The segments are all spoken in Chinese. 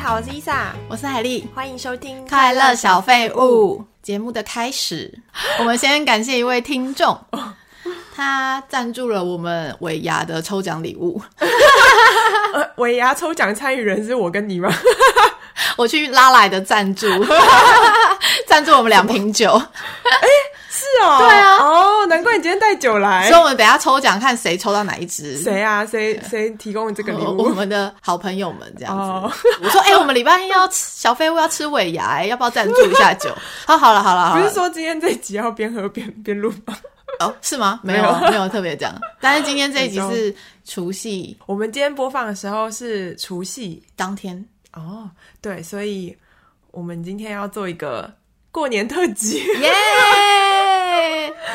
好，我是伊萨，我是海丽。欢迎收听快乐小废物节目的开始，我们先感谢一位听 众，他赞助了我们尾牙的抽奖礼物。呃尾牙抽奖参与人是我跟你吗？我去拉来的赞助， 赞助我们两瓶酒，是 哦，对啊哦，难怪你今天带酒来所以。我们等一下抽奖看谁抽到哪一支。哎谁啊？谁谁提供这个礼我我物？们的好朋友们这样子哦我说：“哎、我们礼拜一要吃小废物要吃尾牙、哎要不要赞助一下 酒？”好，好了，好了，好不了，是说今天哦这集要边喝边边录吗？哦，是吗？没有啊，没有特别讲。但是今天这一集你说是除夕 我们今天播放的时候是除夕当天，哦，对，所以我们今天要做一个过年特 辑。耶！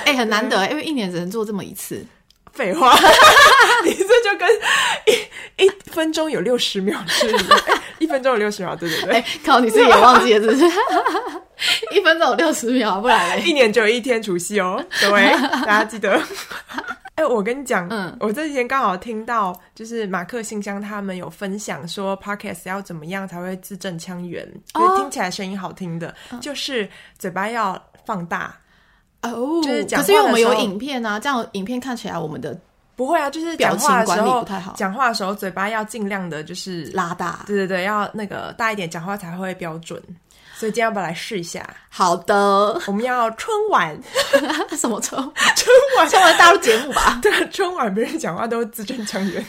哎，很难嗯得，因为一年只能做这么一次。废 话，你这就跟一一分钟有六十秒是一样，哎一分钟有六十秒，对对对。哎，靠，你自己也忘记了，是不 是？一分钟有六十秒，不然嘞 一年只有一天除夕哦，各位大家记得。哎、我跟你讲，嗯我这几天刚好听到，就是马克信箱他们有分享说，podcast 要怎么样才会字正腔圆，哦嗯就是听起来声音好听的，就是嘴巴要放大。哦就是讲可是话的时候因为我们有影片啊，这样影片看起来我们的不会啊，就是表讲情话的时管理候不太好，讲话的时候嘴巴要尽量的，就是，拉大。对对对，要那个大一点，讲话才会标准。所以今天要不要来试一下？好的，我们要春晚， 什么 春 春 晚，春晚大陆节目吧？ 对啊，春晚别人讲话都字正腔圆。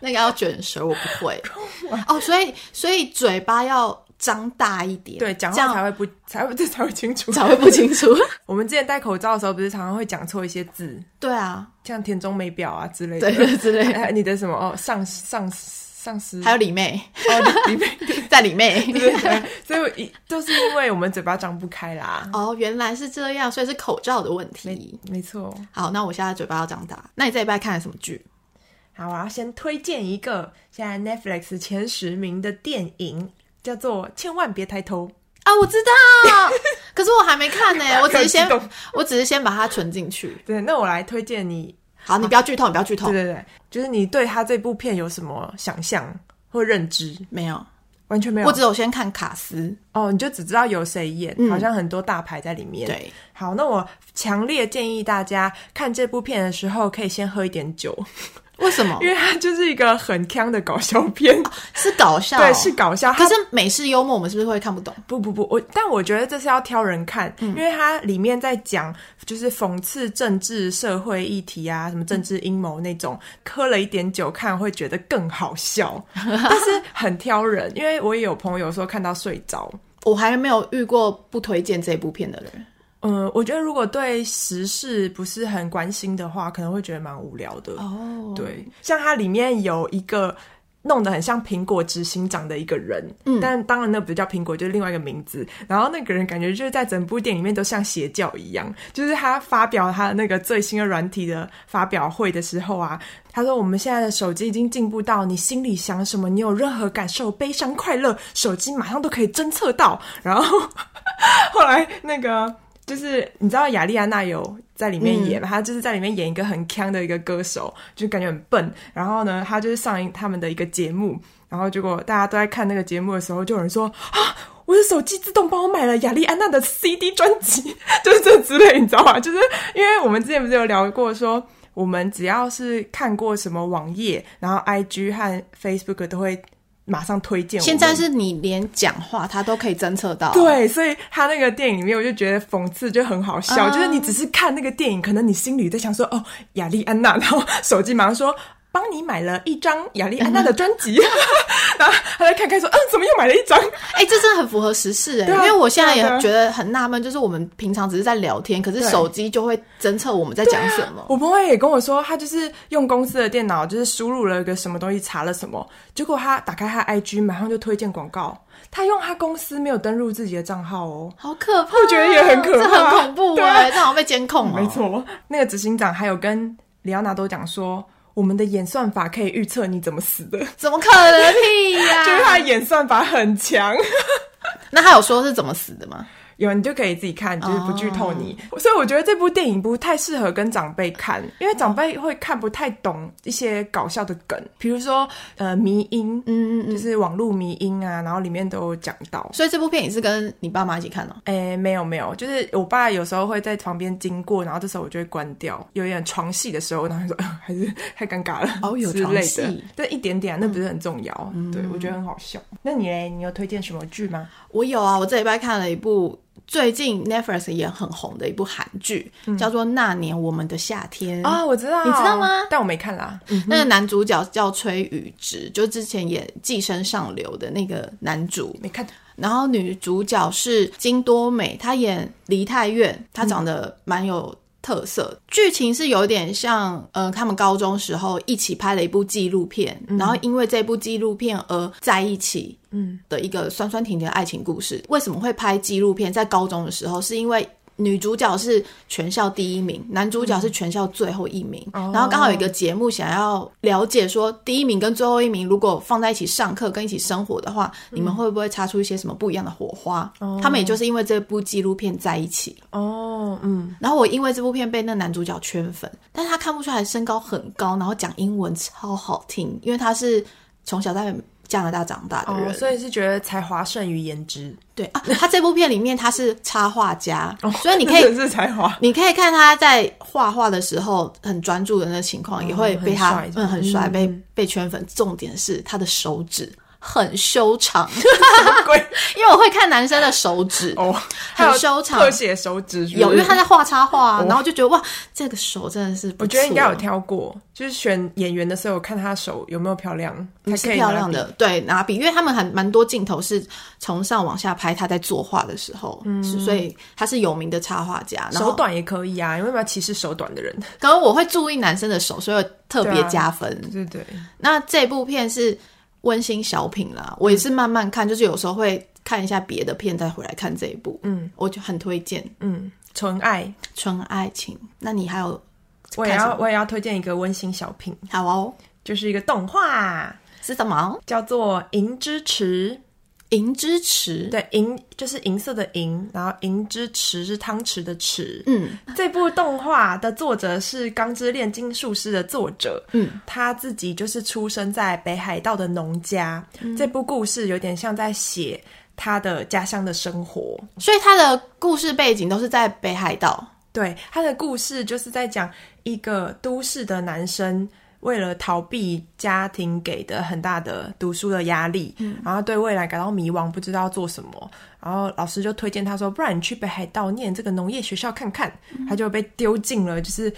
那个要卷舌，我不 会。哦，所以所以嘴巴要张大一点，对，讲这话样才会不才会这 才会清楚。才会不清楚。我们之前戴口罩的时候，不是常常会讲错一些字，对啊，像田中美表啊之类的。对对之类的。哎，你的什么哦，上上上司，还有李妹， 哦，里面在李妹。对对对， 所以我一都是因为我们嘴巴张不开啦。哦，原来是这样，所以是口罩的问题。没错，好，那我现在嘴巴要张大。那你这一拜看了什么剧？好，我要先推荐一个现在 Netflix 前十名的电影，叫做《千万别抬头》。啊，我知道，可是我还没看 呢、我只是先很激动，我只是先把它存进去。对，那我来推荐你，好，你不要剧透，你不要剧透对。对对，就是你对他这部片有什么想象或认知？没有，完全没有我只有先看卡斯。哦，你就只知道有谁演，嗯好像很多大牌在里面。，对，好，那我强烈建议大家看这部片的时候，可以先喝一点酒，为什么因？为它就是一个很腔的搞笑片， 是搞笑，对，是。搞笑。啊可它是美式幽默，我们是不是会看不懂？不不不，我但我觉得这是要挑人看，嗯因为它里面在讲就是讽刺政治社会议题啊，什么政治阴谋那种，喝了一点酒看会觉得更好 笑，但是很挑人，因为我也有朋友说看到睡着。我还没有遇过不推荐这部片的人。嗯，我觉得如果对时事不是很关心的话，可能会觉得蛮无聊的。哦，对，像它里面有一个弄得很像苹果执行长的一个人，嗯，但当然那不叫苹果，就是另外一个名字。然后那个人感觉就是在整部电影里面都像邪教一样，就是他发表他的那个最新的软体的发表会的时候啊，他说我们现在的手机已经进步到你心里想什么，你有任何感受，悲伤、快乐，手机马上都可以侦测到。然后 后来那个。就是你知道雅丽安娜有在里嗯面演嘛，她就是在里面演一个很腔的一个歌手，就感觉很笨。然后呢，她就是上一他们的一个节目，然后结果大家都在看那个节目的时候，就有人说啊，我的手机自动帮我买了雅丽安娜的 CD 专辑， 就是这之类，你知道吗？就是因为我们之前不是有聊过说。我们只要是看过什么网页，然后 I G 和 Facebook 都会马上推荐我们。现在是你连讲话他都可以侦测到。，对，所以他那个电影里面，我就觉得讽刺就很好笑，啊就是你只是看那个电影，可能你心里在想说，哦，雅丽安娜，然后手机马上说。帮你买了一张雅丽安娜的专辑，然后他在看看说，嗯，怎么又买了一张？哎、这真的很符合时事哎、对啊因为我现在也对啊对啊觉得很纳闷，就是我们平常只是在聊天，可是对手机就会侦测我们在讲什么。我朋友也跟我说，他就是用公司的电脑，就是输入了个什么东西，查了什么，结果他打开他 IG，马上就推荐广告。他用他公司没有登录自己的账号哦，好可怕！我觉得也很可怕这很恐怖对哎、啊这好像被监控、哦。没，错，那个执行长还有跟里奥纳多讲说，我们的演算法可以预测你怎么死的，怎么可能屁呀、 就是他的演算法很强。那他有说是怎么死的吗？有你就可以自己看，就是不剧哦透你。所以我觉得这部电影不太适合跟长辈看，因为长辈会看不太懂一些搞笑的梗，比如说呃迷音，嗯嗯嗯。就是网络迷音啊，然后里面都有讲到。所以这部片也是跟你爸妈一起看哦。诶，没有没有，就是我爸有时候会在旁边经过，然后这时候我就会关掉，有点床戏的时候，然后就说 呃还是太尴尬了，哦有之床类戏嗯的，对，一点点啊，那不是很重要，对我觉得很好笑。那你嘞，你有推荐什么剧吗？我有啊，我这礼拜看了一部最近 Netflix 也很红的一部韩剧，叫做《那年我们的夏天》啊、我知道，你知道吗？嗯但我没看啦。那个男主角叫崔宇植，就之前演《寄生上流》的那个男主，没看。然后女主角是金多美，她演梨泰院，她长得蛮有特色。剧情是有点像，呃，他们高中时候一起拍了一部纪录片，然后因为这部纪录片而在一起。嗯，的一个酸酸甜甜的爱情故事。为什么会拍纪录片？在高中的时候，是因为女主角是全校第一名，男主角是全校最后一名。哦然后刚好有一个节目想要了解说，第一名跟最后一名如果放在一起上课跟一起生活的话，嗯你们会不会擦出一些什么不一样的火花？他们也就是因为这部纪录片在一起。哦，嗯，然后我因为这部片被那男主角圈粉，但是他看不出来身高很高，然后讲英文超好听，因为他是从小在加拿大长大的人，哦，所以是觉得才华胜于颜值，对啊，他这部片里面他是插画家，哦所 以你可以真的是才华。你可以看他在画画的时候很专注的那情况，也会被他哦很帅嗯很帅被被圈粉。重点是他的手指很修长， 鬼因为我会看男生的手指哦，还很有修长特，写手指是不是有因为他在画插画啊，然后就觉得哇，这个手真的是不哦我觉得错应该有挑过，就是选演员的时候，看他手有没有漂亮，才嗯是可以漂亮拿的，对，拿笔，因为他们很蛮多镜头是从上往下拍他在作画的时候，嗯，所以他是有名的插画家，笔。然手后短也可以啊，因为什么要歧视手短的人？可能我会注意男生的手，所以会特对别啊加分。对对那这部片是温馨小品啦，我也是慢慢看，就是有时候会看一下别的片，再回来看这一部。嗯，我就很推荐《嗯，纯爱。纯爱情》。那你还有我也看什要么我也要推荐一个温馨小品，好哦？就是一个动画，是什么？叫做《银之匙》。银之匙。对，银就是银色的银，然后银之匙是汤匙的匙。嗯，这部动画的作者是《钢之炼金术师》的作者，嗯，他自己就是出生在北海道的农家。这部故事有点像在写他的家乡的生活。所以它的故事背景都是在北海道。对，他的故事就是在讲一个都市的男生。为了逃避家庭给的很大的读书的压力，然后对未来感到迷茫，不知道做什么，然后老师就推荐他说：“不然你去北海道念这个农业学校看看。他就被丢进了就是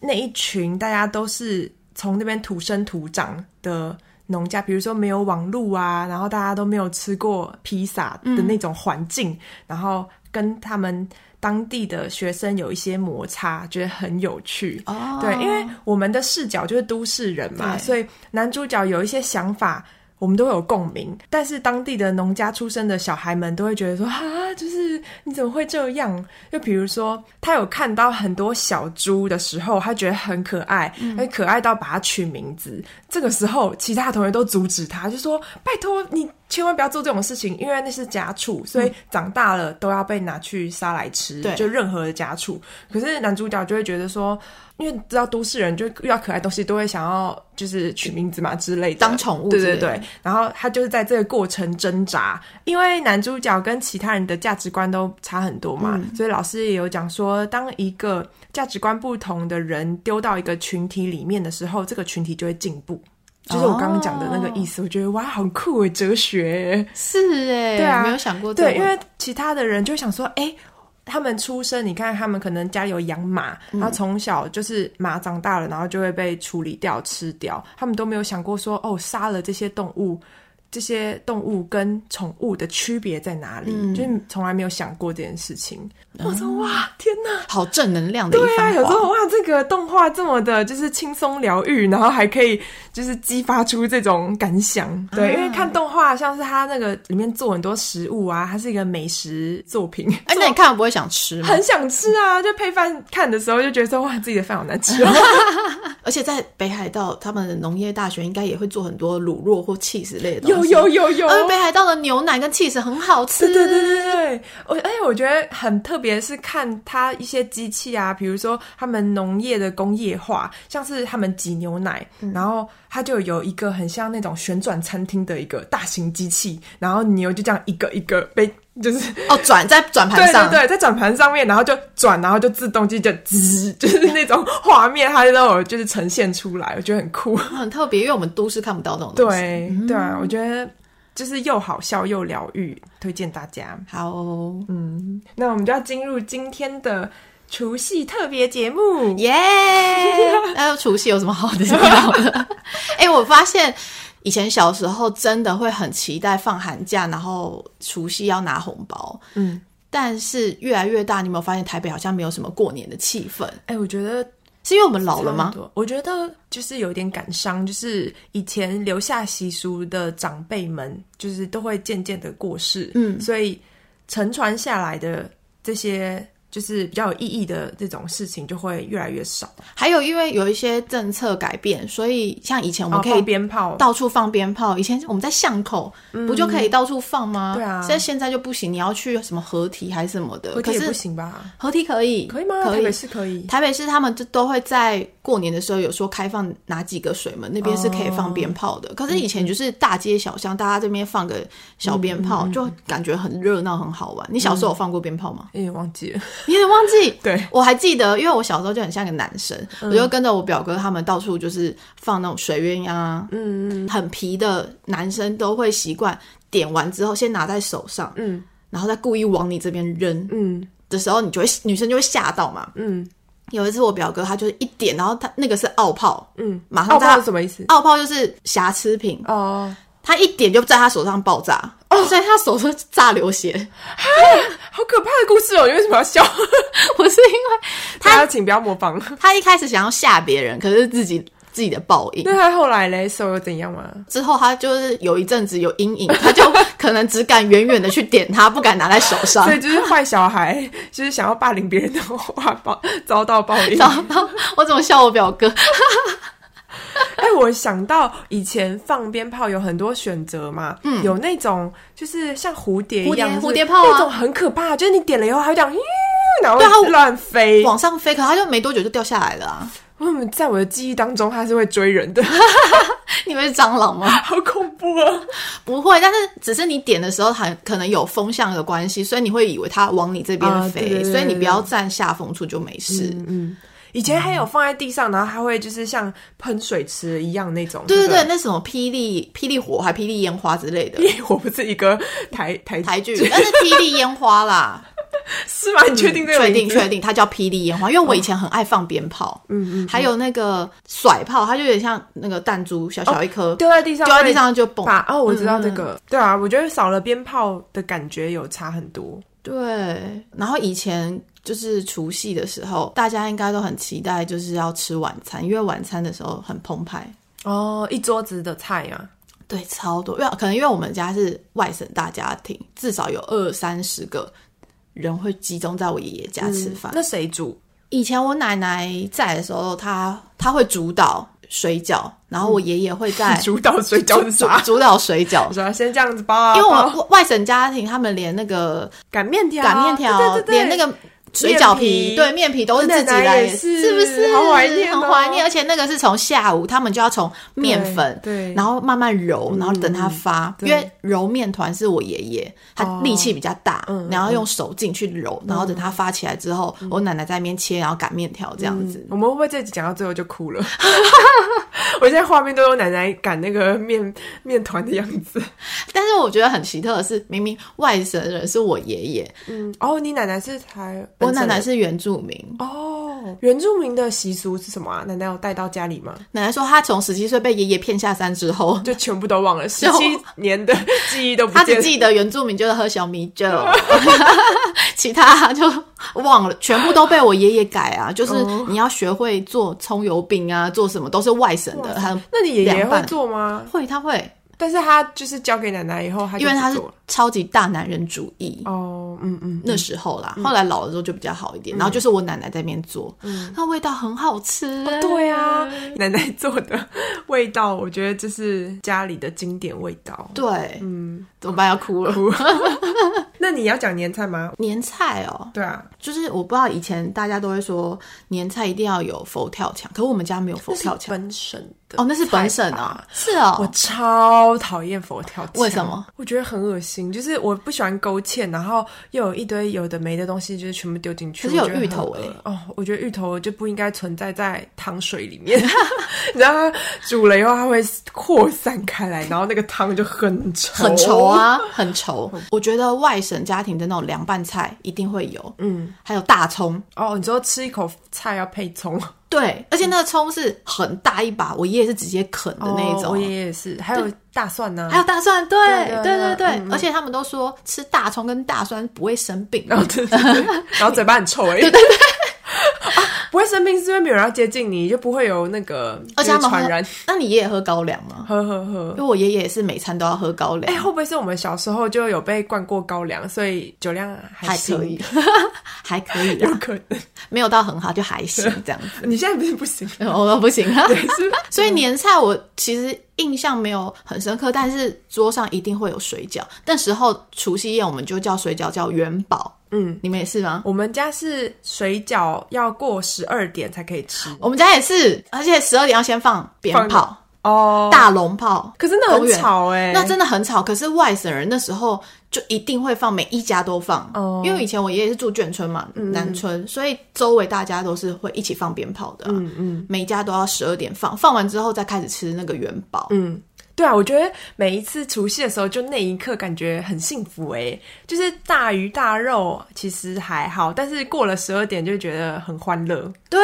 那一群大家都是从那边土生土长的农家，比如说没有网路啊，然后大家都没有吃过披萨的那种环境，然后跟他们当地的学生有一些摩擦，觉得很有趣。哦对，因为我们的视角就是都市人嘛，对所以男主角有一些想法。我们都有共鸣，但是当地的农家出身的小孩们都会觉得说啊，就是你怎么会这样？就比如说，他有看到很多小猪的时候，他觉得很可爱，嗯而可爱到把它取名字。这个时候，其他同学都阻止他，就说：“拜托你千万不要做这种事情，因为那是家畜，所以长大了都要被拿去杀来吃，嗯对就任何的家畜。”可是男主角就会觉得说。因为知道都市人就遇到可爱的东西都会想要就是取名字嘛之类的，当宠物对之对类的对，然后他就是在这个过程挣扎，因为男主角跟其他人的价值观都差很多嘛，嗯所以老师也有讲说，当一个价值观不同的人丢到一个群体里面的时候，这个群体就会进步。就是我刚刚讲的那个哦意思，我觉得哇，好酷诶，欸哲学耶是哎、对啊没有想过这个对，因为其他的人就想说，哎、他们出生，你看他们可能家里有养马，然后从小就是马长大了，然后就会被处理掉、吃掉，他们都没有想过说，哦，杀了这些动物。这些动物跟宠物的区别在哪里？就是从来没有想过这件事情。我说哇，天哪！好正能量的一对啊，番有时话。哎候哇，这个动画这么的，就是轻松疗愈，然后还可以就是激发出这种感想。对，因为看动画，像是它那个里面做很多食物啊，它是一个美食作品，哎、那你看完不会想吃吗？很想吃啊。就配饭看的时候就觉得说，哇，自己的饭好难吃哦。而且在北海道，他们的农业大学应该也会做很多卤肉或 cheese 类的东西。东西。嗯有 有有有有，而北海道的牛奶跟 cheese 很好吃。对对对对对，我而且我觉得很特别，是看它一些机器啊，比如说他们农业的工业化，像是他们挤牛奶，然后它就有一个很像那种旋转餐厅的一个大型机器，然后牛就这样一个一个被就是哦，转在转盘对上，对对，在转盘上面，然后就转，然后就自动就就滋， 就是那种画面，它让我就是呈现出来，我觉得很酷。 很特别，因为我们都市看不到这种东西。对、对啊，我觉得就是又好笑又疗愈，推荐大家。好哦，嗯，那我们就要进入今天的除夕特别节目。耶！那哎除夕有什么好的？好 的？哎，我发现以前小时候真的会很期待放寒假，然后除夕要拿红包。嗯，但是越来越大，你有没有发现台北好像没有什么过年的气氛？哎、我觉得是因为我们老了差吗不？多？我觉得就是有点感伤，就是以前留下习俗的长辈们，就是都会渐渐的过世，嗯所以承传下来的这些就是比较有意义的这种事情，就会越来越少。还有因为有一些政策改变，所以像以前我哦们可以放鞭炮，嗯到处放鞭炮。以前我们在巷口不就可以到处放吗？对啊但现在就不行，你要去什么合体还是什么的。合可体也不是行吧？合体可以，可以吗？可台北以。是可以。台北市他们就都会在过年的时候有说开放哪几个水门，那边是可以放鞭炮嗯的。可是以前就是大街小巷，大家这边放个小鞭嗯炮，就感觉很热闹，很好玩。你小时候有放过鞭炮吗？有点哎忘记了，你有点忘记？对，我还记得，因为我小时候就很像个男生，我就跟着我表哥他们到处就是放那种水鸳鸯啊，嗯嗯，很皮的男生都会习惯点完之后先拿在手上，嗯然后再故意往你这边扔嗯的时候，你就会女生就会吓到嘛。嗯有一次我表哥他就是一点，然后他那个是奥炮，嗯，马上哦，在道他什么意思？奥炮就是瑕疵品，哦，他一点就在他手上爆炸，所以他手上炸流 血。好可怕的故事哦！你为什么要 笑？不是因为大家请不要模仿。他一开始想要吓别人，可是自己自己的报应。那他后来嘞，手又怎样吗？之后他就是有一阵子有阴影，他就可能只敢远远的去点他，不敢拿在手上所。以就是坏小孩，就是想要霸凌别人的话，报遭到报应。然后我怎么笑我表哥？哎、我想到以前放鞭炮有很多选择嘛，嗯，有那种就是像蝴蝶一样，蝴蝶就是蝴蝶炮啊那种很可怕，就是你点了以后，它会这样，咦然后对啊我乱飞。往上飞，可他就没多久就掉下来了啊！嗯，在我的记忆当中，它是会追人的， 你们是蟑螂吗？好恐怖哦！不会，但是只是你点的时候很可能有风向的关系，所以你会以为它往你这啊边对飞，对嗯对所以你对不要站下风处就没事。以前还有放在地上，然后它会就是像喷水池一样那种。对对不对，，那什么霹雳霹雳火还霹雳烟花之类 的因为我不是一个台台台剧，但是霹雳烟花啦，是吗？你确定这嗯个确名字？定确定，它叫霹雳烟花，因为我以前很爱放鞭炮，嗯嗯，还有那个甩炮，它就有点像那个弹珠，小小一颗，哦丢在地上，丢在地上就蹦。把哦，我知道这个，对啊，我觉得少了鞭炮的感觉有差很多。对，然后以前就是除夕的时候，大家应该都很期待，就是要吃晚餐，因为晚餐的时候很澎湃。哦，一桌子的菜啊，对，超多，因为可能因为我们家是外省大家庭，至少有二三十个人会集中在我爷爷家吃饭。那谁煮？以前我奶奶在的时候，她她会主导水饺，然后我爷爷会在 主导水饺是主 啥？主导水饺我。说先这样子吧，因为我包们外省家庭，他们连那个擀面条，啊擀面条，对对对，连那个水饺面皮对面皮都是自己我奶奶来，也是不是？好怀念哦很怀念。而且那个是从下午，他们就要从面粉，对对嗯然后慢慢揉，然后等它发。因对为揉面团是我爷爷，他哦力气比较大，嗯然后用手劲去揉，然后等它发起来之后，我奶奶在那边切，然后擀面条这样子。我们会不会这集讲到最后就哭了？ 我现在画面都有奶奶擀那个面面团的样子。但是我觉得很奇特的是，明明外省人是我爷爷，嗯，哦，你奶奶是台，我奶奶是是原住民。哦，原住民的习俗是什么啊？奶奶有带到家里吗？奶奶说，她从十七岁被爷爷骗下山之后，就全部都忘了，十就七年的记忆都不她见只了。记得原住民就是喝小米酒，哦 其他就忘了，全部都被我爷爷改啊。就是哦你要学会做葱油饼啊，做什么都是外省的，他那你爷爷凉会拌做吗？会，他会。但是他就是交给奶奶以后，他就因为不他是做了超级大男人主义。哦，嗯嗯，那时候啦，后来老了之后就比较好一点。然后就是我奶奶在那边做，那味道很好吃、嗯对啊，奶奶做的味道，我觉得这是家里的经典味道。对，嗯，怎么办？要哭了。那你要讲年菜吗？年菜哦，对啊，就是我不知道以前大家都会说年菜一定要有佛跳墙，可我们家没有佛跳墙。本省的哦，那是本省啊，是哦，我超讨厌佛跳墙，为什么？我觉得很恶心，就是我不喜欢勾芡，然后又有一堆有的没的东西，就是全部丢进去。可是有我觉得很芋头恶欸哦，我觉得芋头就不应该存在在汤水里面，然后它煮了以后它会扩散开来，然后那个汤就很稠，很稠。啊，很稠。嗯我觉得外省家庭的那种凉拌菜一定会有，嗯，还有大葱，哦，你说吃一口菜要配葱对，而且那个葱是很大一把，我爷爷是直接啃的那一哦我种。啊爷爷也是，还有大蒜啊呢、还有大蒜，对对对对嗯对对，而且他们都说吃大葱跟大蒜不会生病，然后 对对对， 然后嘴巴很臭 哎、对对对。 啊，不会生病是因为没有人要接近你，就不会有那个而且就他是们传染喝。。那你爷爷喝高粱吗？呵呵呵因。为我爷爷也是每餐都要喝高粱哎、，会不会是我们小时候就有被灌过高粱，所以酒量还还行 可以，还可以有啦，可能。没有到很好就还 行这样子。你现在不是不行，我不行啊，是 所以年菜我其实印象没有很深刻，但是桌上一定会有水饺。那时候除夕夜我们就叫水饺叫元宝，嗯，你们也是吗？我们家是水饺要过十二点才可以吃我们家也是，而且十二点要先放鞭炮、哦。大龙炮，可是那公很园吵哎、那真的很吵。可是外省人那时候就一定会放，每一家都放。哦嗯因为以前我爷爷是住眷村嘛，南村，所以周围大家都是会一起放鞭炮的啊、嗯嗯每家都要十二点放，放完之后再开始吃那个元宝。嗯，对啊，我觉得每一次除夕的时候，就那一刻感觉很幸福哎、就是大鱼大肉其实还好，但是过了十二点就觉得很欢乐。对，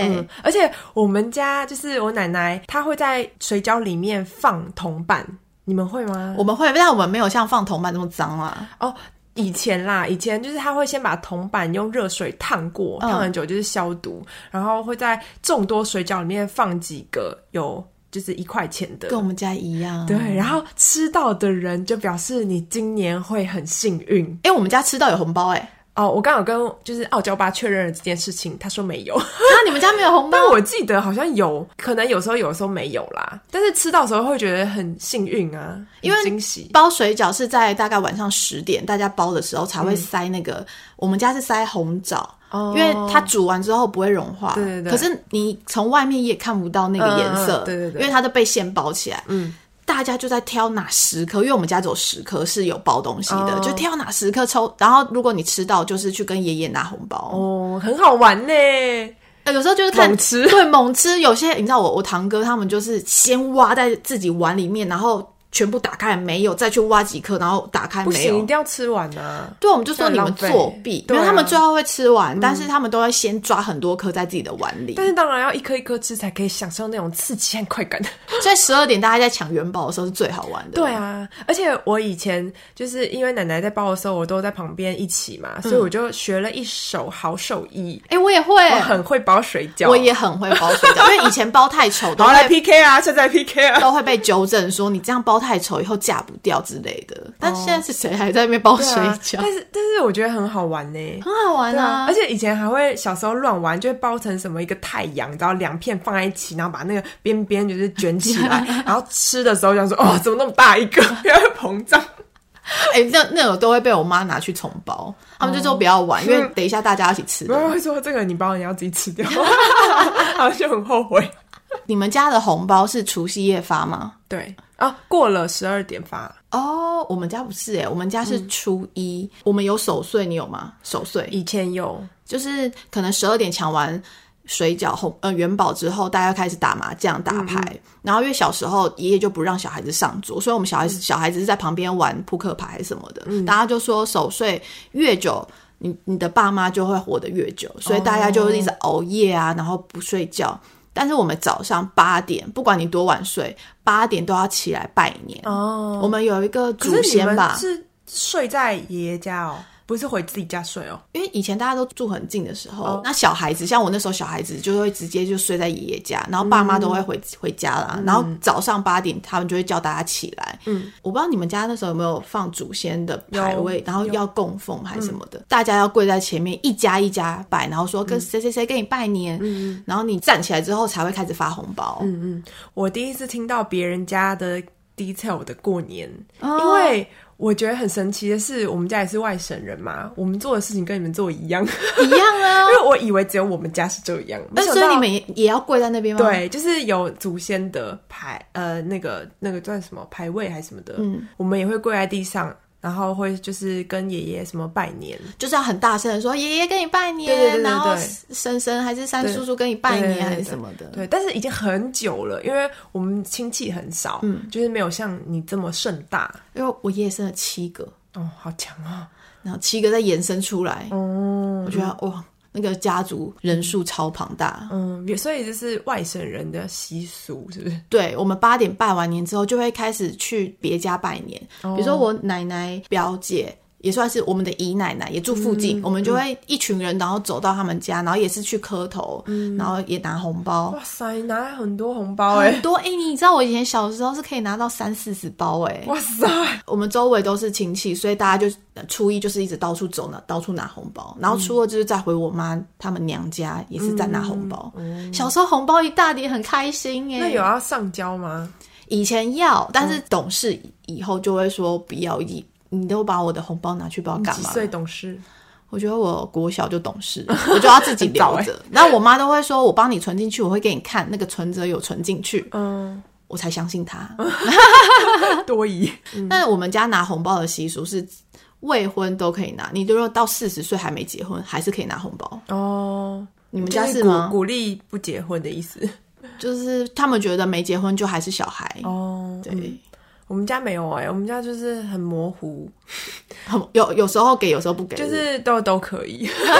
哎嗯，而且我们家就是我奶奶，她会在水饺里面放铜板，你们会吗？我们会，但我们没有像放铜板那么脏啊。哦，以前啦，以前就是她会先把铜板用热水烫过，嗯烫很久就是消毒，然后会在众多水饺里面放几个有就是一块钱的跟。我们家一样。对，哎、然后吃到的人就表示你今年会很幸运我们家吃到有红包哎、哦。我刚好跟就是傲娇爸确认了这件事情，他说没 有，那你们家没有红包啊但？我记得好像有，可能有时候有时候没有啦。但是吃到的时候会觉得很幸运啊，因为很惊喜。包水饺是在大概晚上十点，大家包的时候才会塞那个，我们家是塞红枣。嗯哦因为它煮完之后不会融化，对对对可是你从外面也看不到那个颜色嗯，嗯对对对因为它都被线包起来。嗯，大家就在挑哪十颗，因为我们家只有十颗是有包东西的，哦就挑哪十颗抽。然后如果你吃到，就是去跟爷爷拿红包。哦，很好玩呢。呃，有时候就是看猛 吃对，猛吃。有些你知道我我堂哥他们就是先挖在自己碗里面，然后全部打开没有，再去挖几颗，然后打开不没行，一有定。要吃完啊。对，我们就说很你浪们费作弊，因对为啊他们最后会吃完，但是他们都会先抓很多颗在自己的碗里但。是当然要一颗一颗吃，才可以享受那种刺激和快感。所以十二点大家在抢元宝的时候是最好玩的。 对，啊，而且我以前就是因为奶奶在包的时候，我都在旁边一起嘛，所以我就学了一手好手艺，哎、我也会，我很会包水饺。我也很会包水饺，因为以前包太丑都 好来会 PK 啊，现在 PK 啊。都会被纠正说你这样包太丑，以后嫁不掉之类的。但现在是谁还在那边包哦对水啊饺？但是但是我觉得很好玩呢、很好玩对啊啊，而且以前还会小时候乱玩，就会包成什么一个太阳，然后两片放在一起，然后把那个边边就是卷起 来，然后吃的时候想说，哦，怎么那么大一个， 要膨胀。 哎、那那种都会被我妈拿去重包，他们就说不要玩，因为等一下大家一起吃然后的。会说这个你包，你要自己吃掉， 然后就很后悔。你们家的红包是除夕夜发吗？对啊，过了十二点发，哦、我们家不是哎、我们家是初一，我们有守岁，你有吗？守岁以前有就是可能十二点抢完水饺红呃元宝之后，大家开始打麻将、打嗯牌。然后因为小时候爷爷就不让小孩子上桌，所以我们小孩嗯子、小孩子是在旁边玩扑克牌什么的。大家就说守岁越久。你你的爸妈就会活得越久，所以大家就一直熬夜啊，然后不睡觉。但是我们早上八点，不管你多晚睡，八点都要起来拜年。哦，我们有一个可祖是你先们吧，是睡在爷爷家哦，不是回自己家睡哦。因为以前大家都住很近的时候，那小孩子像我那时候小孩子就会直接就睡在爷爷家，然后爸妈都会嗯回、回家啦，然后早上八点他们就会叫大家起来。嗯，我不知道你们家那时候有没有放祖先的牌位，然后要供奉还是什么嗯的，大家要跪在前面一家一家拜，然后说跟谁谁谁跟你拜年，嗯然后你站起来之后才会开始发红包。嗯，我第一次听到别人家的 detail 的过年，因为我觉得很神奇的是，我们家也是外省人嘛，我们做的事情跟你们做一样， 哎因一样啊。 为我以为只有我们家是这样，没那想所以到你们也也要跪在那边吗？，对，就是有祖先的牌，呃，那个那个叫什么牌位还是什么的，嗯，我们也会跪在地上，然后会就是跟爷爷什么拜年，就是要很大声的说爷爷跟你拜年，对对对对然后对婶婶还是三叔叔跟你拜对对年对还是对什么的。对，但是已经很久了，因为我们亲戚很少，嗯，就是没有像你这么盛大，因为我爷爷生了七个，哦，好强啊、然后七个再延伸出来，哦，我觉得哇，那个家族人数超庞大。嗯，也所以这是外省人的习俗，是不是？对我们八点拜完年之后，就会开始去别家拜年，比如说我奶奶、表姐。也算是我们的姨奶奶也住附近，我们就会一群人，然后走到他们家，然后也是去磕头，然后也拿红包，哇塞，拿了很多红包哎、很多哎、欸你知道我以前小时候是可以拿到三四十包哎、哇塞，我们周围都是亲戚，所以大家就初一就是一直到处走呢，到处拿红包，然后初二就是再回我妈他们娘家，也是在拿红包。嗯小时候红包一大叠，很开心哎、那有要上交吗？以前要，但是懂事以后就会说不要一。你都把我的红包拿去不知道干几嘛？岁懂事？我觉得我国小就懂事， 我就要自己留很着。然后我妈都会说，我帮你存进去，我会给你看那个存折有存进去，嗯，我才相信她。多疑。但是我们家拿红包的习俗是未婚都可以拿，你就说到四十岁还没结婚，还是可以拿红包。哦，你你们家是吗？鼓励不结婚的意思。就是他们觉得没结婚就还是小孩， 哦，对，我们家没有哎、我们家就是很模糊，很有有时候给，有时候不给。就是都都可以， 就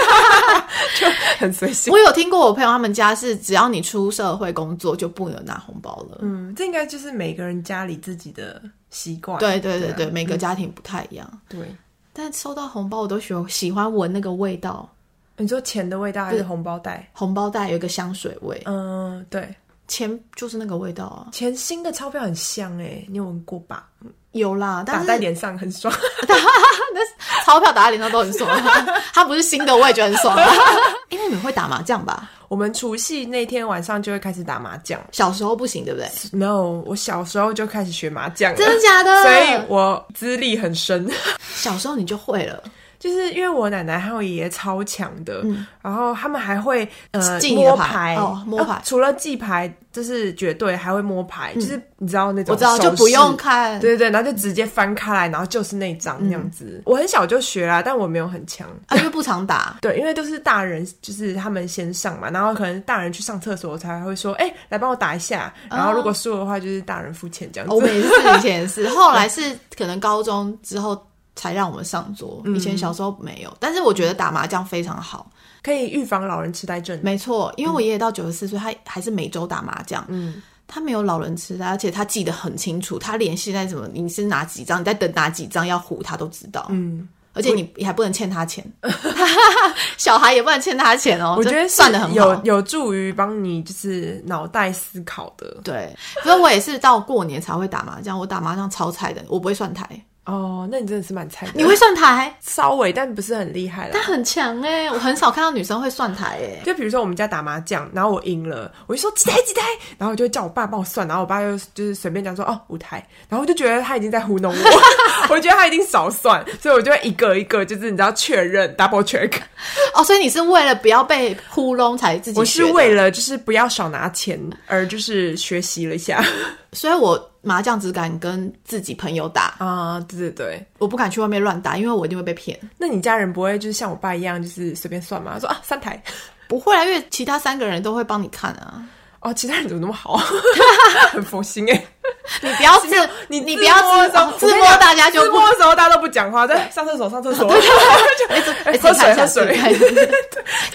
很随性。我有听过我朋友他们家是，只要你出社会工作就不能拿红包了。嗯，这应该就是每个人家里自己的习惯。对对对啊对，每个家庭不太一样。对，但收到红包，我都喜欢喜欢闻那个味道，你说钱的味道还是红包袋？红包袋有一个香水味，嗯，对，钱就是那个味道啊。钱新的钞票很香哎、你有闻过吧？有啦，但打是在脸上很爽。 钞票打在脸上都很爽， 它不是新的我也觉得很 爽。啊因为你们会打麻将吧？我们除夕那天晚上就会开始打麻将。小时候不行，对不对？ No，我小时候就开始学麻将了，真的假的？ 所以我资历很深。小时候你就会了，就是因为我奶奶还有爷爷超强的，嗯然后他们还会呃记你的摸牌哦摸牌呃除了记牌就是绝对还会摸牌，就是你知道那种我知道就手势不用看。嗯对对对，然后就直接翻开来，然后就是那张那样子。我很小就学啦，但我没有很强。啊，因为不常 打，对，因为都是大人，就是他们先上嘛，然后可能大人去上厕所才会说，哎、来帮我打一下。然后如果输的话，就是大人付钱这样子。我们也是以前也是，后来是可能高中之后才让我们上 桌，以前小时候没有。但是我觉得打麻将非常好，可以预防老人痴呆症。没错，因为我爷爷到九十四岁，他还是每周打麻将，嗯。他没有老人痴呆，而且他记得很清楚，他连现在什么你是哪几张，你在等哪几张要胡，他都知道。嗯，而且你你还不能欠他钱， 小孩也不能欠他钱哦。我觉就得是算的很有好。有助于帮你就是脑袋思考的。对，所以我也是到过年才会打麻将，我打麻将超菜的，我不会算台。哦，那你真的是蛮菜的。你会算台？稍微，但不是很厉害他啦。很强哎、我很少看到女生会算台哎、就比如说我们家打麻将，然后我赢了，我就说几台几台，然后我就叫我爸帮我算，然后我爸就就是随便讲说哦五台，然后我就觉得他已经在糊 弄我，我觉得他一定少算，所以我就会一个一个就是你知道确认 double check，哦，所以你是为了不要被糊弄才自己我是学的为了就是不要少拿钱而就是学习了 一下所以我麻将只敢跟自己朋友打，啊，对对对。我不敢去外面乱打，因为我一定会被骗。那你家人不会就是像我爸一样就是随便算吗？他说啊三台，不会啊，因为其他三个人都会帮你看啊。哦其他人怎么那 么好，很佛心哎、你不要自你你不要摸的自时候，自我跟你摸讲大家就自不摸的时候大家都不讲话，在上厕所上厕 所， 哎这哎哎自己看喝一水下喝水，自己 看一下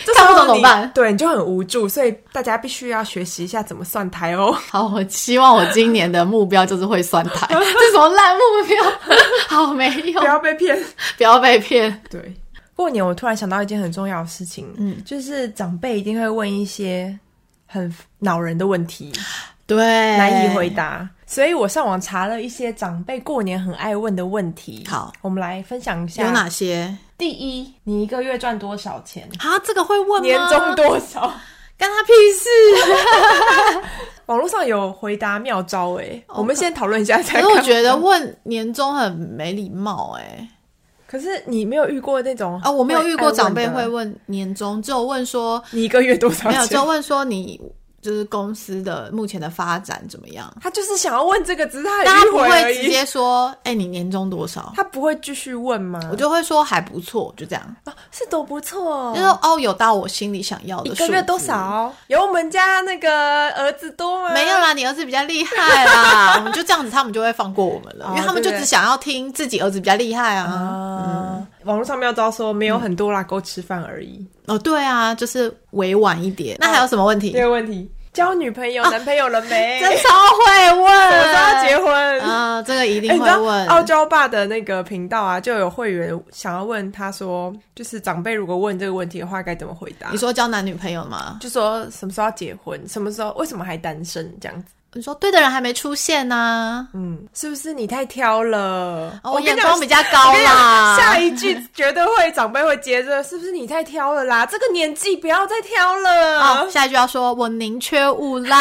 这看不懂时候怎么你办？对，你就很无助，所以大家必须要学习一下怎么算台 哦。好，我希望我今年的目标就是会算 台，这什么烂目标？好没 不 用，要被骗。不要被骗。对，过年我突然想到一件很重要的事情，嗯，就是长辈一定会问一些很恼人的问题，对，难以回。答。所以我上网查了一些长辈过年很爱问的问题。好，我们来分享一下。有哪些？第一，你一个月赚多少钱？啊，这个会问吗？ 年终多少？ 干他屁事！ 网络上有回答妙招哎、哦我们先讨论一下可才是看。我觉得问年终很没礼貌哎、可是你没有遇过那种啊，我没有遇过长辈爱会问的问年终，只有问说你一个月多少没有，只有钱。问说你就是公司的目前的发展怎么样，他就是想要问这个，只 是他大家很迂不回而会直已。接说哎、你年终多少？他不会继续问 吗？我就会说还不错，就这样，啊，是都不错、就说哦，有到我心里想要的。一个月多？少？有我们家那个儿子多吗？没有啦，你儿子比较厉害啊啦，我们就这样子，他们就会放过我们了，哦因为他们就对只想要听自己儿子比较厉害啊。啊。网络上妙招说嗯没有很多啦，够吃饭而已。哦，对啊，就是委婉一哦点。那还有什么问题？第二个问题，啊交女朋友、男朋友了没？真超会问，我我都要结婚。啊，这个一哎定你知会道问。澳洲爸的那个频道啊，就有会员想要问他说，就是长辈如果问这个问题的话，该怎么回答？你说交男女朋友吗？就说什么时候要结婚，什么时候为什么还单身这样子？你说对的人还没出现呢、嗯，是不是你太挑了？哦我我跟眼你讲光比较高我跟你讲啦下。一句绝对会长辈会接着，是不是你太挑了啦？这个年纪不要再挑了哦，。下一句要说我宁缺毋 滥，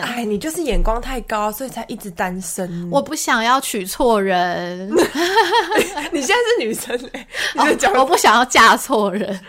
哎，你就是眼光太高，所以才一直单身。我不想要娶错人，你现在是女生、欸，你在讲、哦我不想要嫁错人。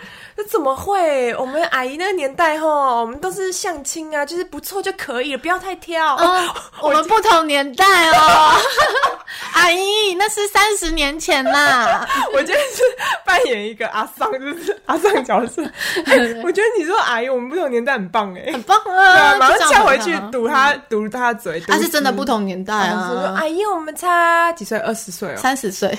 那怎么会？我们阿姨那个年代吼，我们都是相亲啊，就是不错就可以了，不要太挑。哦，我们不同年代哦， 阿姨，那是三十年前啦。 我今天是扮演一个阿桑，就是 阿桑角色。哎我觉得你说阿姨，我们不同年代很棒哎、很棒对啊，啊！马上就这样跳很回棒去啊堵他，堵他嘴。啊，堵是真的不同年代然后说啊，阿姨，我们差几岁？二十岁 哦。三十岁。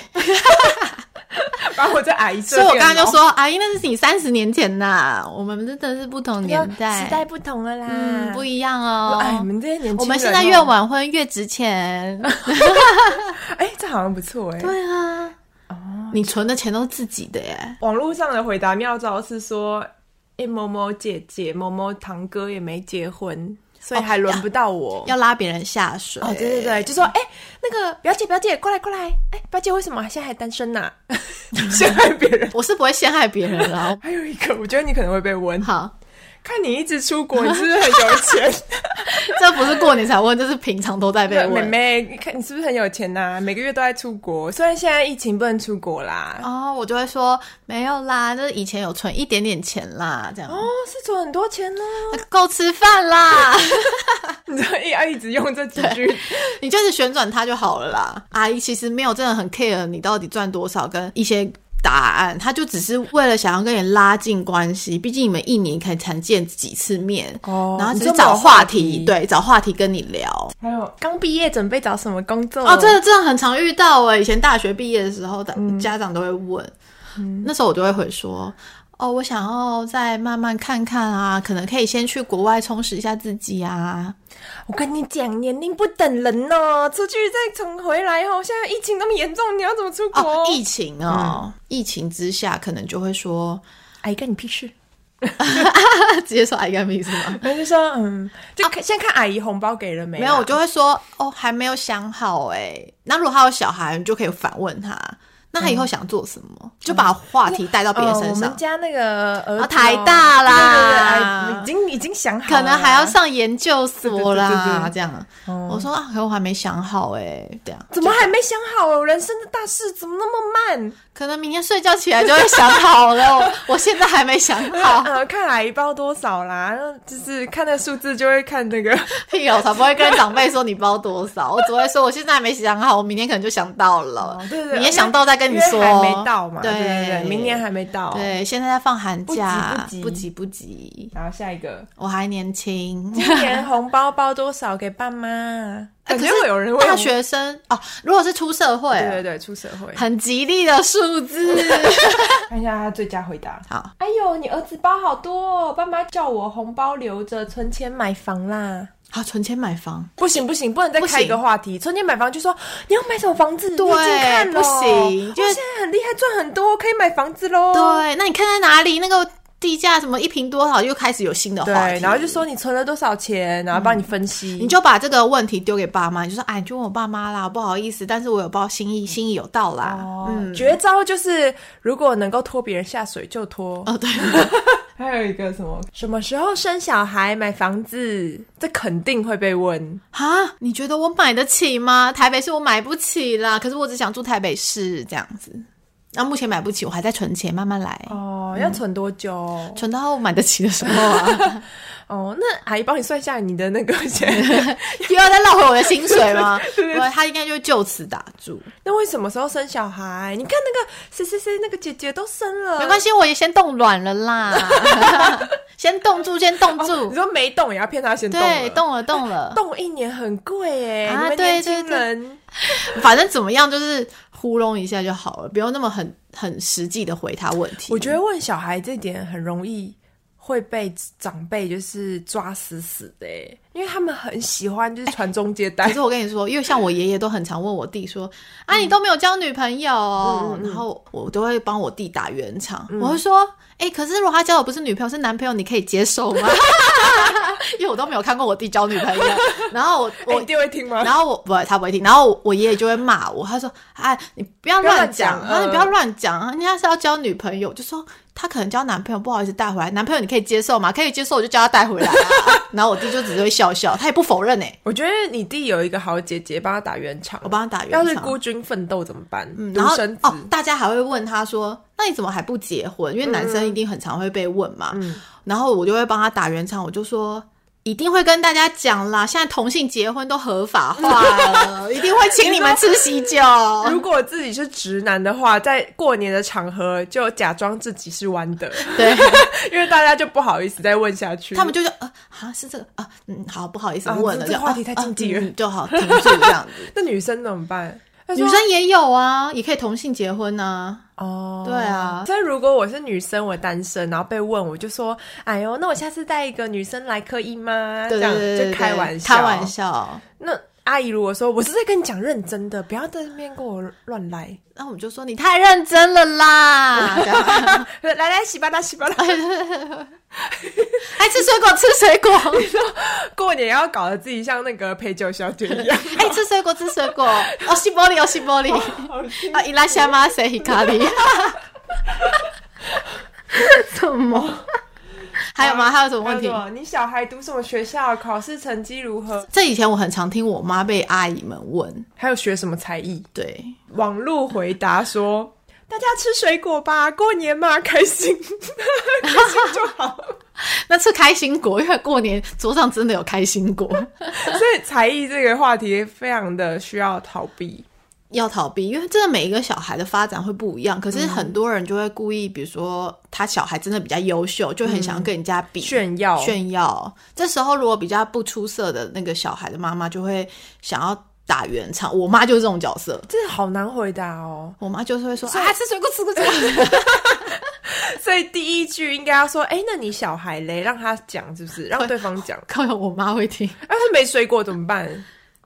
把我这哦阿姨所遮以掉，我刚刚就说，阿姨，那是你三十年前呐，我们真的是不同年代，时代不同了啦，嗯不一样哦哎，你。们这些年轻人哦，我们现在越晚婚越值钱，哎，这好像不错哎。对啊，哦你存的钱都是自己的耶，网络上的回答妙招是说，哎，某某姐姐、某某堂哥也没结婚，所以还轮不到我。要拉别人下水。哦哦，对对对，就说哎、那个表姐表姐过来过来，哎、表姐为什么现在还单身呐、 陷害别人。我是不会陷害别人啦。还有一个，我觉得你可能会被 问，好，看你一直出国，你是不是很有 钱？这不是过年才问，这是平常都在被 妹问。妹，你看你是不是很有钱呐、每个月都在出国，虽然现在疫情不能出国啦。哦，我就会说没有啦，就是以前有存一点点钱啦，这样哦，是存很多钱 呢、够吃饭啦。你知道一要一直用这几句，你就是旋转它就好了啦。阿姨其实没有真的很 care 你到底赚多少跟一些答案，她就只是为了想要跟你拉近关系。毕竟你们一年可以才见几次面，哦然后只你是就没有找话话题题，对，找话题跟你聊。还有刚毕业准备找什么工作？哦，这个真的很常遇到哎、以前大学毕业的时候，的嗯家长都会问，那时候我就会回说。哦，我想要再慢慢看看啊，可能可以先去国外充实一下自己啊。我跟你讲，年龄不等人哦，出去再重回来哦。现在疫情那么严重，你要怎么出国？哦，疫情嗯哦，疫情之下可能就会说，哎，干你屁事！ 直接说 I got me 是吗？然后就说，嗯，就看、先看阿姨红包给了没啦？啊没有，我就会说哦，还没有想好哎、那如果他有小孩，你就可以反问他，那他以后想做什么，就把话题带到别人嗯哦身我上。们家那个儿子哦、啊台大啦对对对哎已经已经想好了可啦，能还要上研究所啦，对对对对对哦这样。我说啊，可我还没想好哎、这样怎么还没想好？我人生的大事怎么那么慢？可能明天睡觉起来就会想好了。 我我现在还没想 好，呃，看阿姨包多少啦，就是看那数字就会看那个。屁哦，我才不会跟长辈说你包多少，我只会说我现在还没想好，我明天可能就想到了。哦 对对对你也想到再跟你因说，为还没到嘛，对对对对，明年还没到。，对，现在在放寒假，哦不急不不急急不急，然后下一个，我还年 轻。今年红包包多少给爸妈？哎感可觉是会有人问大，学生哦，如果是出社会对对哦，对，出社会。很吉利的数 字。看一下他最佳回答。好，哎呦，你儿子包好多、哦，爸妈叫我红包留着存钱买房啦。好，存钱买房，不行不行，不能再开一个话题。存钱买房就说你要买什么房子，对你已经看了，不行就就是现在很厉害，赚很多，可以买房子喽。对，那你看在哪里？那个地价什么一平多少，又开始有新的对话题，然后就说你存了多少钱，然后帮你分析，你就把这个问题丢给爸妈，你就说：“哎，你就问我爸妈啦，不好意思，但是我有报心哦意，心意有到啦。嗯，绝招就是如果能够拖别人下水就拖。哦，对，还有一个什么？什么时候生小孩、买房子，这肯定会被问。啊，你觉得我买得起吗？台北市我买不起啦，可是我只想住台北市这样子。那、目前买不起，我还在存钱，慢慢来，哦，要存多久？存到买得起的时候 啊。哦，那阿姨帮你算一下你的那个 钱。又要再绕回我的薪水吗？对，他应该就就此打住。那为什么时候生小孩？你看那个谁谁谁那个姐姐都生了，没关系，我也先冻卵了 啦，先冻住，先冻哦住你。说没动也要骗他先动了，对，冻了，冻了。动一年很贵耶，啊你们对年轻对对人反正怎么样，就是糊弄一下就好了，不用那么很很实际的回他问题。我觉得问小孩这点很容易会被长辈就是抓死死的耶，因为他们很喜欢就是传宗接代可。是我跟你说，因为像我爷爷都很常问我弟说：“啊，你都没有交女朋嗯友哦、然后我都会帮我弟打圆场，嗯我会说：“哎、可是如果他交的不是女朋友，是男朋友，你可以接受吗？” 因为我都没有看过我弟交女朋友。然后我我我一定会听吗？然后我不，他不会听。然后我爷爷就会骂我，他说：“哎，你不要乱讲，然不要乱讲后你嗯不要乱讲，人家是要交女朋友，就说他可能交男朋友，不好意思带回来，男朋友你可以接受吗？可以接受，我就叫他带回来、啊。” 然后我弟就只会笑笑，他也不否认哎、我觉得你弟有一个好姐姐帮他打圆场，我帮他打圆要是场孤军奋斗怎么办？嗯，独然后生子哦，大家还会问他说：“那你怎么还不结婚？”因为男嗯生一定很常会被问嘛。然后我就会帮他打圆场，我就说。一定会跟大家讲啦，现在同性结婚都合法化了， 一定会请你们吃喜酒。如果自己是直男的话，在过年的场合就假装自己是弯的， 对，因为大家就不好意思再问下去。他们就是呃啊是这个啊嗯好不好意思啊问这了，这就个话啊题太啊禁忌了嗯嗯就好停住这样 子。那女生怎么办？她说女生也有啊，也可以同性结婚啊。哦，对啊所以如果我是女生，我单身，然后被问，我就说，哎呦，那我下次带一个女生来可以吗？对对对这对，样对就开玩笑，开玩。笑。那阿姨如果说我是在跟你讲认真的，不要在那边跟我乱来，那我们就说你太认真了啦， 这样来来洗吧啦洗吧啦，还哎吃水果吃水果，过年要搞得自己像那个陪酒小姐一样。 哎吃水果吃水果， 哦西玻璃哦西玻璃，好辛苦啊伊拉夏妈谁伊卡里？ 什么？ 还有吗？ 还有什么问题？还有什么你小孩读什么学校？考试成绩如何？这以前我很常听我妈被阿姨们问，还有学什么才艺？对，网络回答说：“大家吃水果吧，过年嘛，开心， 开心就好。那吃开心果，因为过年桌上真的有开心果，”所以才艺这个话题非常的需要逃避。要逃避，因为真的每一个小孩的发展会不一样。可嗯是很多人就会故意，比如说他小孩真的比较优秀，就很想要跟人家比。嗯炫耀，炫耀，这时候如果比较不出色的那个小孩的妈妈就会想要打圆场，我妈就是这种角色，这好难回答哦。我妈就是会说所以啊吃水果吃水果，所以第一句应该要说：“哎、那你小孩嘞？”让他讲，是不是？让对方讲。靠我妈会听，要是没水果怎么办？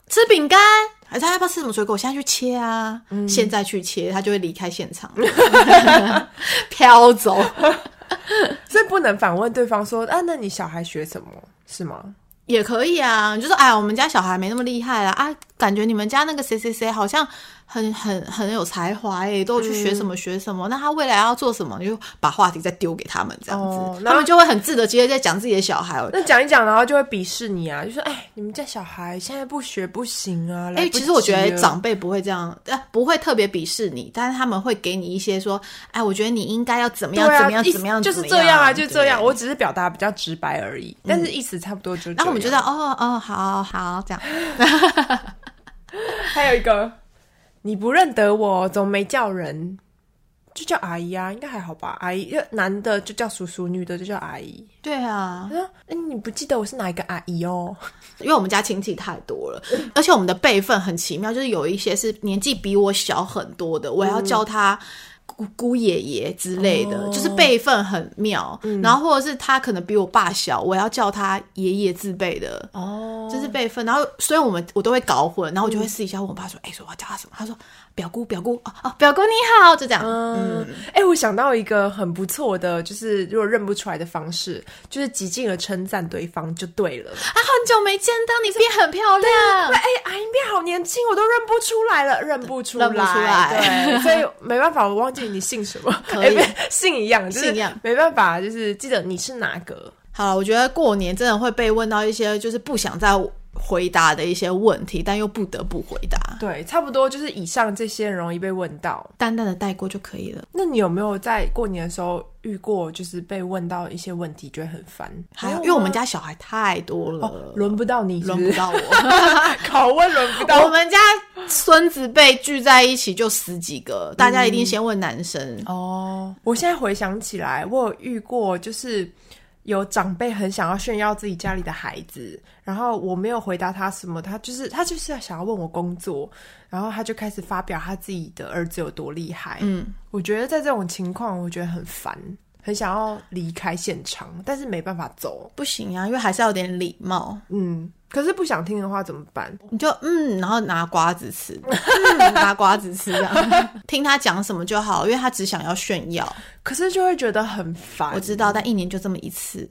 吃饼干，还是他要不要吃什么水果？我现在去切啊！嗯现在去切，他就会离开现 场， 飘走。所以不能反问对方说：“啊，那你小孩学什么？是吗也可以啊，你就说哎，我们家小孩没那么厉害啦啊，感觉你们家那个谁谁谁好像很很很有才华诶、都有去学什么学什么，那他未来要做什么，你就把话题再丢给他们这样子，哦然后他们就会很自得其乐在讲自己的小孩哦？”。那讲一讲，然后就会鄙视你啊，就说：“哎、你们家小孩现在不学不行啊。哎、来不及了”其实我觉得长辈不会这样，呃，不会特别鄙视你，但是他们会给你一些说，哎，我觉得你应该要怎么样，对啊，怎么样，意思怎么样，就是怎么这样啊，样就这样。对嗯我只是表达比较直白而已，但是意思差不多就这样。然后我们就知道，哦哦，好好这样，还有一个，你不认得我，怎么没叫人？就叫阿姨啊，应该还好吧？阿姨，男的就叫叔叔，女的就叫阿姨。对啊他，说：“哎，你不记得我是哪一个阿姨哦？因为我们家亲戚太多了，而且我嗯们的辈分很奇妙，就是有一些是年纪比我小很多的，我要叫他姑姑爷爷之类的，哦嗯就是辈分很妙。然后或者是他可能比我爸小，我要叫他爷爷字辈的。哦嗯就是辈分，然后所以我们我都会搞混，然后我就会私底下问我爸说：“哎、说我要叫他什么？”他说：“表姑，表姑，哦哦，表姑你好。”就这样，嗯， 哎、我想到一个很不错的，就是如果认不出来的方式，就是极尽了称赞对方就对了。啊，很久没见到你，变很漂亮哎、。阿英变好年轻，我都认不出来了，认不出来，认不出来对，所以没办法，我忘记你姓什么，可以哎不姓一样，就是姓一样没办法，就是记得你是哪个。好了，我觉得过年真的会被问到一些就是不想再回答的一些问题，但又不得不回答，对，差不多就是以上这些容易被问到。淡淡的带过就可以了。那你有没有在过年的时候遇过，就是被问到一些问题，觉得很烦？还没好，有因为我吗们家小孩太多了，哦轮不到你是轮不不是，到我。 拷问轮不 我到。们家孙子辈聚在一起就十几个，大家一定先问男生。哦，我现在回想起来，我有遇过，就是有长辈很想要炫耀自己家里的孩子，然后我没有回答他什么，他就是他就是要想要问我工作，然后他就开始发表他自己的儿子有多厉害。嗯，我觉得在这种情况，我觉得很烦，很想要离开现场，但是没办法走。不行啊，因为还是要有点礼貌。嗯，可是不想听的话怎么办？你就嗯，然后拿瓜子吃，嗯、拿瓜子吃，这 样听他讲什么就好，因为他只想要炫耀。可是就会觉得很烦。我知道，但一年就这么一次。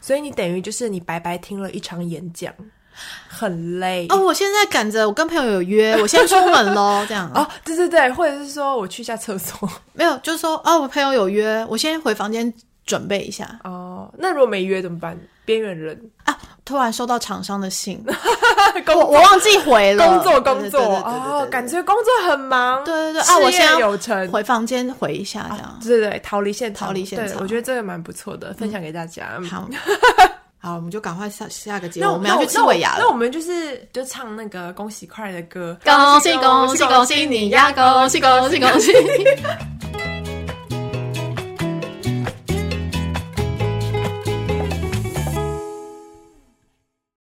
所以你等于就是你白白听了一场演讲，很累。哦，我现在赶着，我跟朋友有约，我先出门喽，这样啊，哦，对对对，或者是说我去一下厕 所。没有，就是说哦，我朋友有约，我先回房间准备一下哦，那如果没约怎么办？边缘人，啊。突然收到厂商的信，工我我忘记回了，工作对工哦对作对对对哦，对感觉工作很忙。对对对事啊，我业先要有成。回房间回一下这样。对对对，逃离现场，逃离现对场我觉得这个蛮不错的，分享给大家。嗯好，好，我们就赶快下下个节目，那我们要去吃尾牙那我那了。我们就是就唱那个恭喜快乐的歌，恭喜恭喜恭喜你呀！恭喜恭喜恭喜你！